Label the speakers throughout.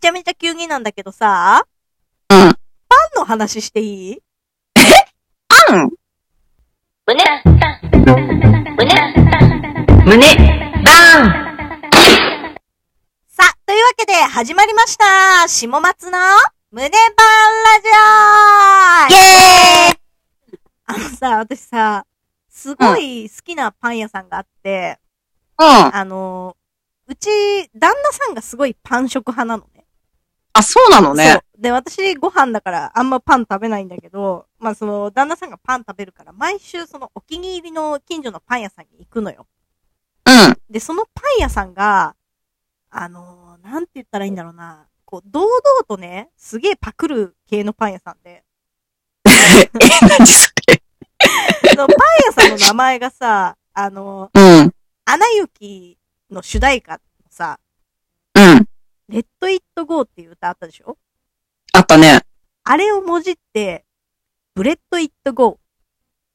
Speaker 1: ちゃめちゃ急になんだけどさ、
Speaker 2: うん。
Speaker 1: パンの話していい
Speaker 2: パン
Speaker 3: 胸さん、胸さん、
Speaker 2: 胸バン
Speaker 1: さあ、というわけで始まりました下松の胸バーンラジオ
Speaker 2: イェーイ
Speaker 1: あのさ、私さ、すごい好きなパン屋さんがあって、
Speaker 2: うん。
Speaker 1: あの、うち、旦那さんがすごいパン食派なのね。
Speaker 2: あ、そうなのね。
Speaker 1: そう。で、私、ご飯だから、あんまパン食べないんだけど、まあ、その、旦那さんがパン食べるから、毎週、その、お気に入りの近所のパン屋さんに行くのよ。
Speaker 2: うん。
Speaker 1: で、そのパン屋さんが、あのーなんて言ったらいいんだろうな、こう、堂々とね、すげえパクる系のパン屋さんで、
Speaker 2: 何それ。
Speaker 1: あのパン屋さんの名前がさ、あの
Speaker 2: うん。
Speaker 1: アナ雪の主題歌のさ、
Speaker 2: うん。
Speaker 1: レッド・イット・ゴーっていう歌あったでしょ
Speaker 2: あったね。
Speaker 1: あれをもじって、ブレッド・イット・ゴ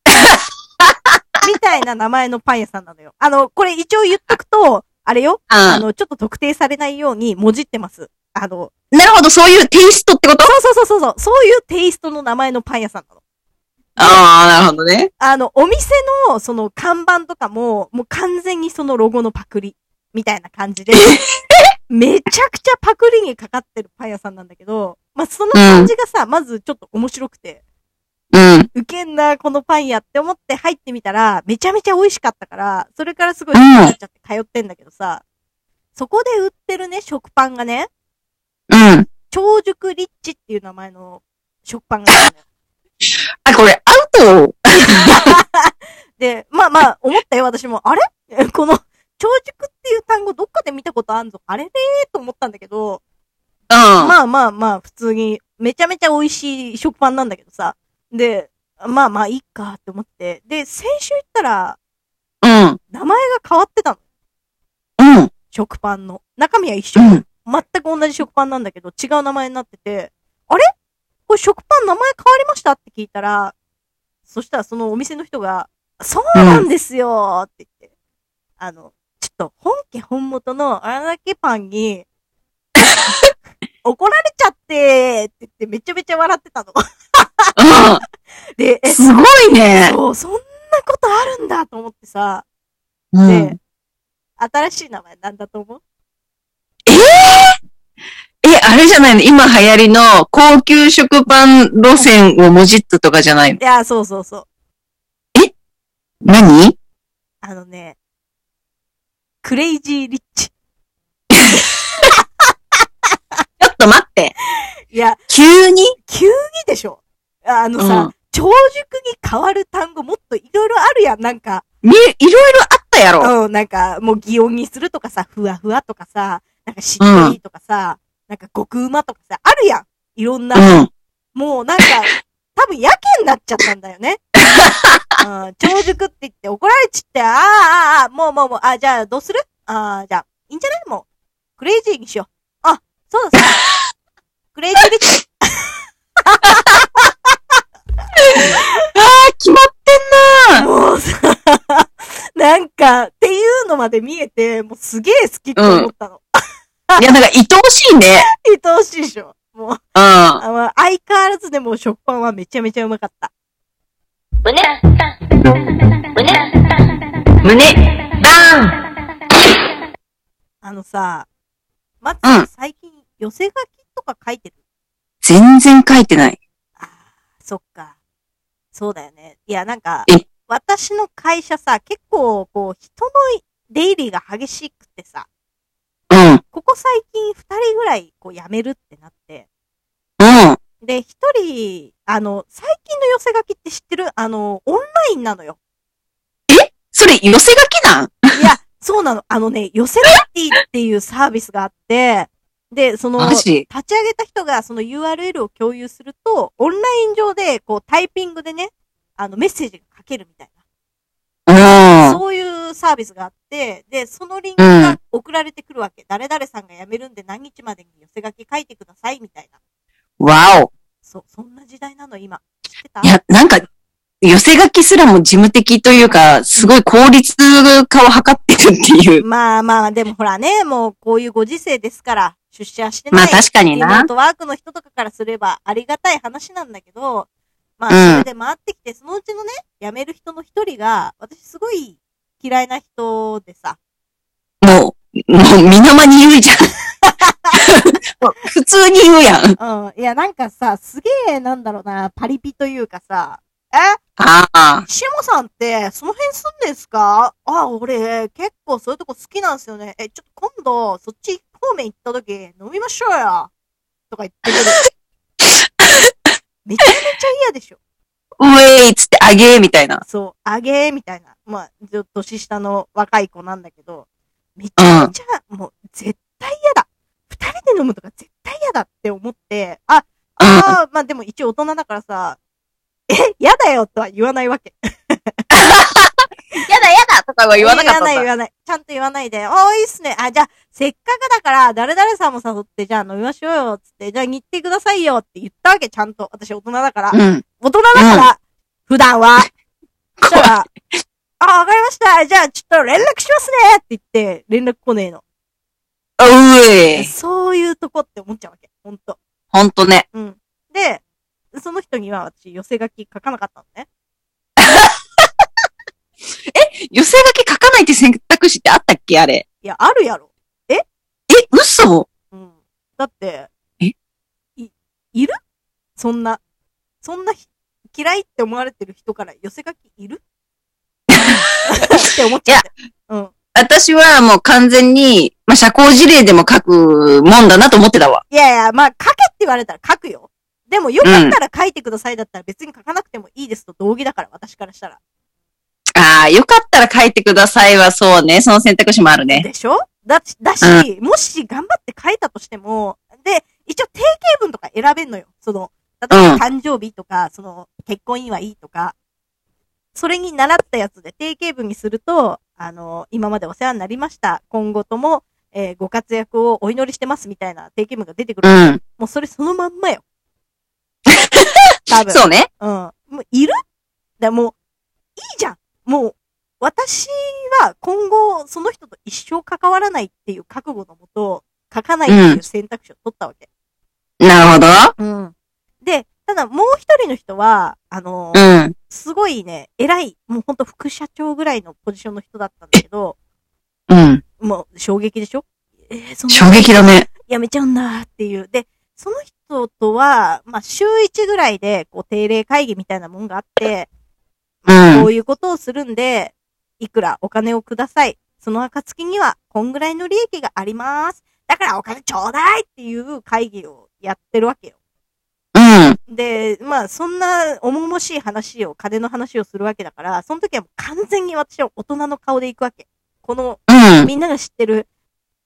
Speaker 1: ー。みたいな名前のパン屋さんなのよ。あの、これ一応言っとくと、あれよ、あ
Speaker 2: あ
Speaker 1: の、ちょっと特定されないようにもじってます。あの、
Speaker 2: なるほど、そういうテイストってこと
Speaker 1: そうそうそうそう、そういうテイストの名前のパン屋さんなの。
Speaker 2: ああ、なるほどね。
Speaker 1: あの、お店の、その、看板とかも、もう完全にそのロゴのパクリ、みたいな感じで、めちゃくちゃパクリにかかってるパン屋さんなんだけど、まあ、その感じがさ、まずちょっと面白くて、
Speaker 2: うん。
Speaker 1: ウケんな、このパン屋って思って入ってみたら、めちゃめちゃ美味しかったから、それからすごい好きになっちゃって通ってんだけどさ、そこで売ってるね、食パンがね、
Speaker 2: うん。
Speaker 1: 超熟リッチっていう名前の食パンがあるのよ。
Speaker 2: あ、これ、アウト。
Speaker 1: で、まあまあ、思ったよ、私も。あれ この、長熟っていう単語どっかで見たことあんぞ。あれれーと思ったんだけど、
Speaker 2: うん。
Speaker 1: まあまあまあ、普通に、めちゃめちゃ美味しい食パンなんだけどさ。で、まあまあ、いいかって思って。で、先週行ったら、
Speaker 2: うん。
Speaker 1: 名前が変わってたの。
Speaker 2: うん。
Speaker 1: 食パンの。中身は一緒。
Speaker 2: うん。
Speaker 1: 全く同じ食パンなんだけど、違う名前になってて、あれこれ食パン名前変わりましたって聞いたら、そしたらそのお店の人が、そうなんですよって言って、あの、ちょっと本家本元のあらだけパンに、怒られちゃってって言ってめちゃめちゃ笑ってたの。で、
Speaker 2: う
Speaker 1: え、
Speaker 2: ん。すごいね。
Speaker 1: そう、そんなことあるんだと思ってさ、
Speaker 2: う
Speaker 1: で、
Speaker 2: ん。
Speaker 1: 新しい名前なんだと思う
Speaker 2: え、あれじゃないの今流行りの高級食パン路線をもじったとかじゃないの
Speaker 1: いや、そうそうそう。
Speaker 2: 何
Speaker 1: あのね、クレイジーリッチ。
Speaker 2: ちょっと待って。
Speaker 1: いや、
Speaker 2: 急に
Speaker 1: 急にでしょあのさ、
Speaker 2: うん
Speaker 1: 長熟に変わる単語もっといろいろあるやん、なんか。
Speaker 2: み、いろいろあったやろ。
Speaker 1: うん、なんか、もう擬音にするとかさ、ふわふわとかさ、なんかしっとりとかさ、なんか極馬とかさ、あるやん。いろんな、
Speaker 2: うん。
Speaker 1: もうなんか、多分やけになっちゃったんだよ ね。うん、長熟って言って怒られちって、あーあーあー、もうもうもう、あ、じゃあどうするああ、じゃあ、いいんじゃないもう、クレイジーにしよう。あ、そう だそうだ。クレイジーリッチ
Speaker 2: あ、決まって
Speaker 1: もうさ、なんか、っていうのまで見えて、もうすげえ好きって思ったの。
Speaker 2: んいや、なんか愛おしいね。
Speaker 1: 愛おしいでしょ。もう、
Speaker 2: うん。
Speaker 1: あの相変わらずでも食パンはめちゃめちゃうまかった。
Speaker 3: 胸さん、胸さん、
Speaker 2: 胸バン
Speaker 1: あのさ、まず、
Speaker 2: うん
Speaker 1: 最近、寄せ書きとか書いてる
Speaker 2: 全然書いてない。
Speaker 1: あーそっか。そうだよね。いや、なんか
Speaker 2: え、
Speaker 1: 私の会社さ、結構、こう、人の出入りが激しくてさ、
Speaker 2: うん。うん。
Speaker 1: ここ最近二人ぐらい、こう、辞めるってなって、で、一人、あの、最近の寄せ書きって知ってるあの、オンラインなのよ。
Speaker 2: それ、寄せ書きなん
Speaker 1: いや、そうなの。あのね、寄せラティっていうサービスがあって、で、その、
Speaker 2: マ
Speaker 1: 立ち
Speaker 2: ジ
Speaker 1: 上げた人がその URL を共有すると、オンライン上で、こう、タイピングでね、あの、メッセージが書けるみたい
Speaker 2: うん。
Speaker 1: な。
Speaker 2: あ
Speaker 1: そういうサービスがあって、で、そのリンクが送られてくるわけ。誰々さんが辞めるんで何日までに寄せ書き書いてください、みたいな。
Speaker 2: わお。
Speaker 1: そう、そんな時代なの、今。知ってた
Speaker 2: いや、なんか、寄せ書きすらも事務的というか、すごい効率化を図ってるっていう。
Speaker 1: まあまあ、でもほらね、もうこういうご時世ですから、出社してない、
Speaker 2: まあ確かにな
Speaker 1: リモートワークの人とかからすればありがたい話なんだけど、まあ
Speaker 2: うん
Speaker 1: それで回ってきて、そのうちのね、辞める人の一人が、私すごい嫌いな人でさ、
Speaker 2: もう、もう、身の間に言う じゃん。もう普通に言うやん。
Speaker 1: うん、いやなんかさ、すげえなんだろうな、パリピというかさ、え
Speaker 2: ああ。
Speaker 1: シモさんって、その辺住んですかあ、俺、結構そういうとこ好きなんですよね。え、ちょっと今度、そっち方面行った時、飲みましょうよとか言 ってくる。めちゃめちゃ嫌でしょ。
Speaker 2: ウェイっつってあげーみたいな。
Speaker 1: そう、あげーみたいな。まあ、ちょっと年下の若い子なんだけど、めちゃめちゃ、もう、絶対嫌だ。二人で飲むとか絶対嫌だって思って、あ、あーまあでも一応大人だからさ、え、嫌だよとは言わないわけ。
Speaker 2: やだやだとかは
Speaker 1: 言わない言わない。ちゃんと言わないで、おーいいっすね。あ、じゃあ、せっかくだから、誰々さんも誘って、じゃあ飲みましょうよ、つって、じゃあ行ってくださいよって言ったわけ、ちゃんと。私大人だから。
Speaker 2: うん。
Speaker 1: 大人だから、普段は。そしたら、あ、わかりました。じゃあ、ちょっと連絡しますねって言って、連絡来ねえの。
Speaker 2: あうえい。
Speaker 1: そういうとこって思っちゃうわけ。ほんと。
Speaker 2: ほんとね。
Speaker 1: うん。で、その人には私、寄せ書き書かなかったのね。
Speaker 2: 寄せ書き書かないって選択肢ってあったっけあれ。
Speaker 1: いや、あるやろ。
Speaker 2: え、嘘
Speaker 1: うん。だって、
Speaker 2: え
Speaker 1: い、いるそんな、そんなひ嫌いって思われてる人から寄せ書きい るって思っちゃって。うん。
Speaker 2: 私はもう完全に、まあ、社交辞令でも書くもんだなと思ってたわ。
Speaker 1: いやいや、まあ、書けって言われたら書くよ。でも、よかったら書いてくださいだったら別に書かなくてもいいですと同義だから、私からしたら。
Speaker 2: ああ、よかったら書いてくださいはそうね。その選択肢もあるね。
Speaker 1: でしょだし、だし、もし頑張って書いたとしても、で、一応定型文とか選べんのよ。その、例えば
Speaker 2: うん
Speaker 1: 誕生日とか、その、結婚祝いとか、それに習ったやつで定型文にすると、あの、今までお世話になりました。今後とも、えーご活躍をお祈りしてますみたいな定型文が出てく
Speaker 2: う
Speaker 1: る。
Speaker 2: ん。
Speaker 1: もうそれそのまん まよ。多分。
Speaker 2: そうね。
Speaker 1: うん。もういるだもう、いいじゃん。もう、私は今後、その人と一生関わらないっていう覚悟のもと、書かないっていう選択肢を取ったわけ。
Speaker 2: なるほ
Speaker 1: うん。で、ただもう一人の人は、あの
Speaker 2: ど。うん。
Speaker 1: すごいね、偉い、もうほんと副社長ぐらいのポジションの人だったんだけど、
Speaker 2: うん。
Speaker 1: もう衝撃でしょえー、そんな
Speaker 2: 衝撃だね。
Speaker 1: やめちゃうんだっていう。で、その人とは、まあ、週1ぐらいで、こう、定例会議みたいなもんがあって、
Speaker 2: うん
Speaker 1: こういうことをするんで、いくらお金をください。その暁には、こんぐらいの利益があります。だからお金ちょうだいっていう会議をやってるわけよ。
Speaker 2: うん。
Speaker 1: で、まあ、そんな重々しい話を、金の話をするわけだから、その時はもう完全に私は大人の顔で行くわけ。この、
Speaker 2: うん。
Speaker 1: みんなが知ってる、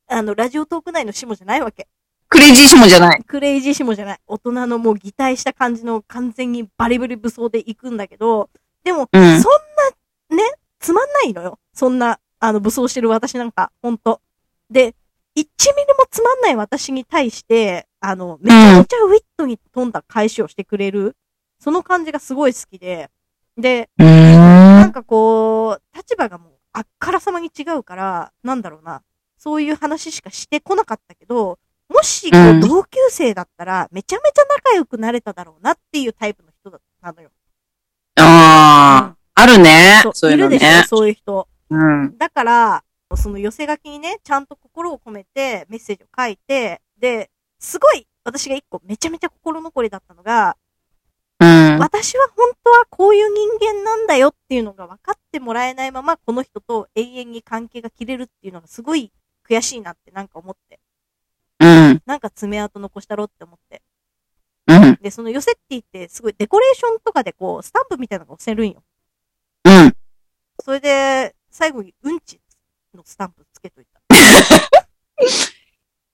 Speaker 1: あの、ラジオトーク内の下じゃないわけ。
Speaker 2: クレイジーシモじゃない。
Speaker 1: クレイジーシモじゃない。大人のもう擬態した感じの完全にバリバリ武装で行くんだけど、でも、
Speaker 2: うん
Speaker 1: そんな、ね、つまんないのよ。そんな、あの、武装してる私なんか、ほんと。で、1ミリもつまんない私に対して、あの、めちゃめちゃウィットに富んだ返しをしてくれる、その感じがすごい好きで、で、
Speaker 2: う
Speaker 1: なん
Speaker 2: ん。
Speaker 1: かこう、立場がもう、あっからさまに違うから、なんだろうな、そういう話しかしてこなかったけど、もし、こ
Speaker 2: う
Speaker 1: う、
Speaker 2: ん
Speaker 1: 同級生だったら、めちゃめちゃ仲良くなれただろうなっていうタイプの人だったのよ。
Speaker 2: ああ。あるね。そういう
Speaker 1: る
Speaker 2: の
Speaker 1: でし
Speaker 2: ね
Speaker 1: ょ、。そういう人。
Speaker 2: うん。
Speaker 1: だから、その寄せ書きにね、ちゃんと心を込めてメッセージを書いて、で、すごい、私が一個めちゃめちゃ心残りだったのが、
Speaker 2: うん。
Speaker 1: 私は本当はこういう人間なんだよっていうのが分かってもらえないまま、この人と永遠に関係が切れるっていうのがすごい悔しいなってなんか思って。
Speaker 2: うん。
Speaker 1: なんか爪痕残したろって思って。
Speaker 2: うん。
Speaker 1: で、その寄せって言って、すごいデコレーションとかでこう、スタンプみたいなのが押せるんよ。
Speaker 2: うん。
Speaker 1: それで、最後にうんちのスタンプつけといた。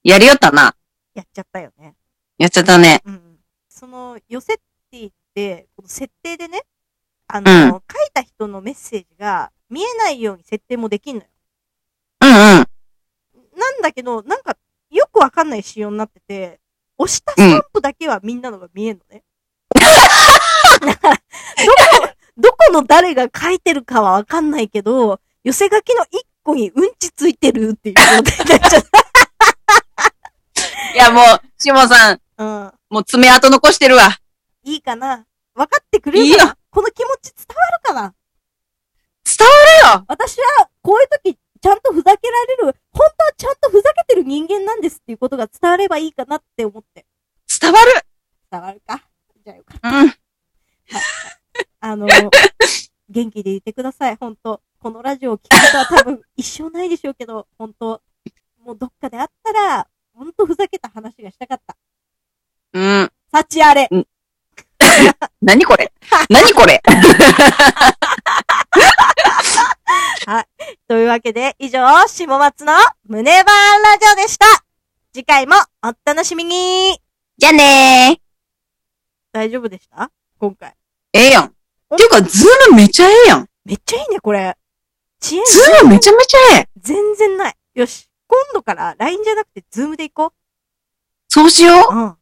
Speaker 2: やりよったな。
Speaker 1: やっちゃったよね。
Speaker 2: やっちゃったね。
Speaker 1: うん。その、寄せって言って、この設定でね、あの、書いた人のメッセージが見えないように設定もできんのよ。
Speaker 2: うんうん。
Speaker 1: なんだけど、なんか、よくわかんない仕様になってて、押したスタンプだけはみんなのが見えるのね。だから、どこ、どこの誰が書いてるかはわかんないけど、寄せ書きの一個にうんちついてるっていう状態になっちゃっ
Speaker 2: いや、もう、しもさん、
Speaker 1: うん。
Speaker 2: もう爪痕残してるわ。
Speaker 1: いいかな分かってくれ
Speaker 2: いい
Speaker 1: る
Speaker 2: よ
Speaker 1: かなこの気持ち伝わるかな
Speaker 2: 伝わるよ
Speaker 1: 私は、こういう時、ちゃんとふざけられる、本当はちゃんとふざけてる人間なんですっていうことが伝わればいいかなって思って。
Speaker 2: 伝わる
Speaker 1: 伝わるかじゃあよかった。
Speaker 2: うん。
Speaker 1: あ の、元気でいてください、本当このラジオを聞くことは多分一生ないでしょうけど、本当もうどっかで会ったら、本当ふざけた話がしたかった。
Speaker 2: うん。
Speaker 1: 幸あれ
Speaker 2: 何こ れ何これ
Speaker 1: というわけで、以上、下松の胸バーンラジオでした次回もお楽しみに
Speaker 2: じゃあねー。
Speaker 1: 大丈夫でした今回。
Speaker 2: ええやん。っていうか、ズームめちゃええやん。
Speaker 1: めっちゃいいね、これ。遅延
Speaker 2: ズームめちゃめちゃええ。
Speaker 1: 全然ない。よし。今度から LINE じゃなくて Zoom で行こ
Speaker 2: そうしよう。
Speaker 1: う。うん。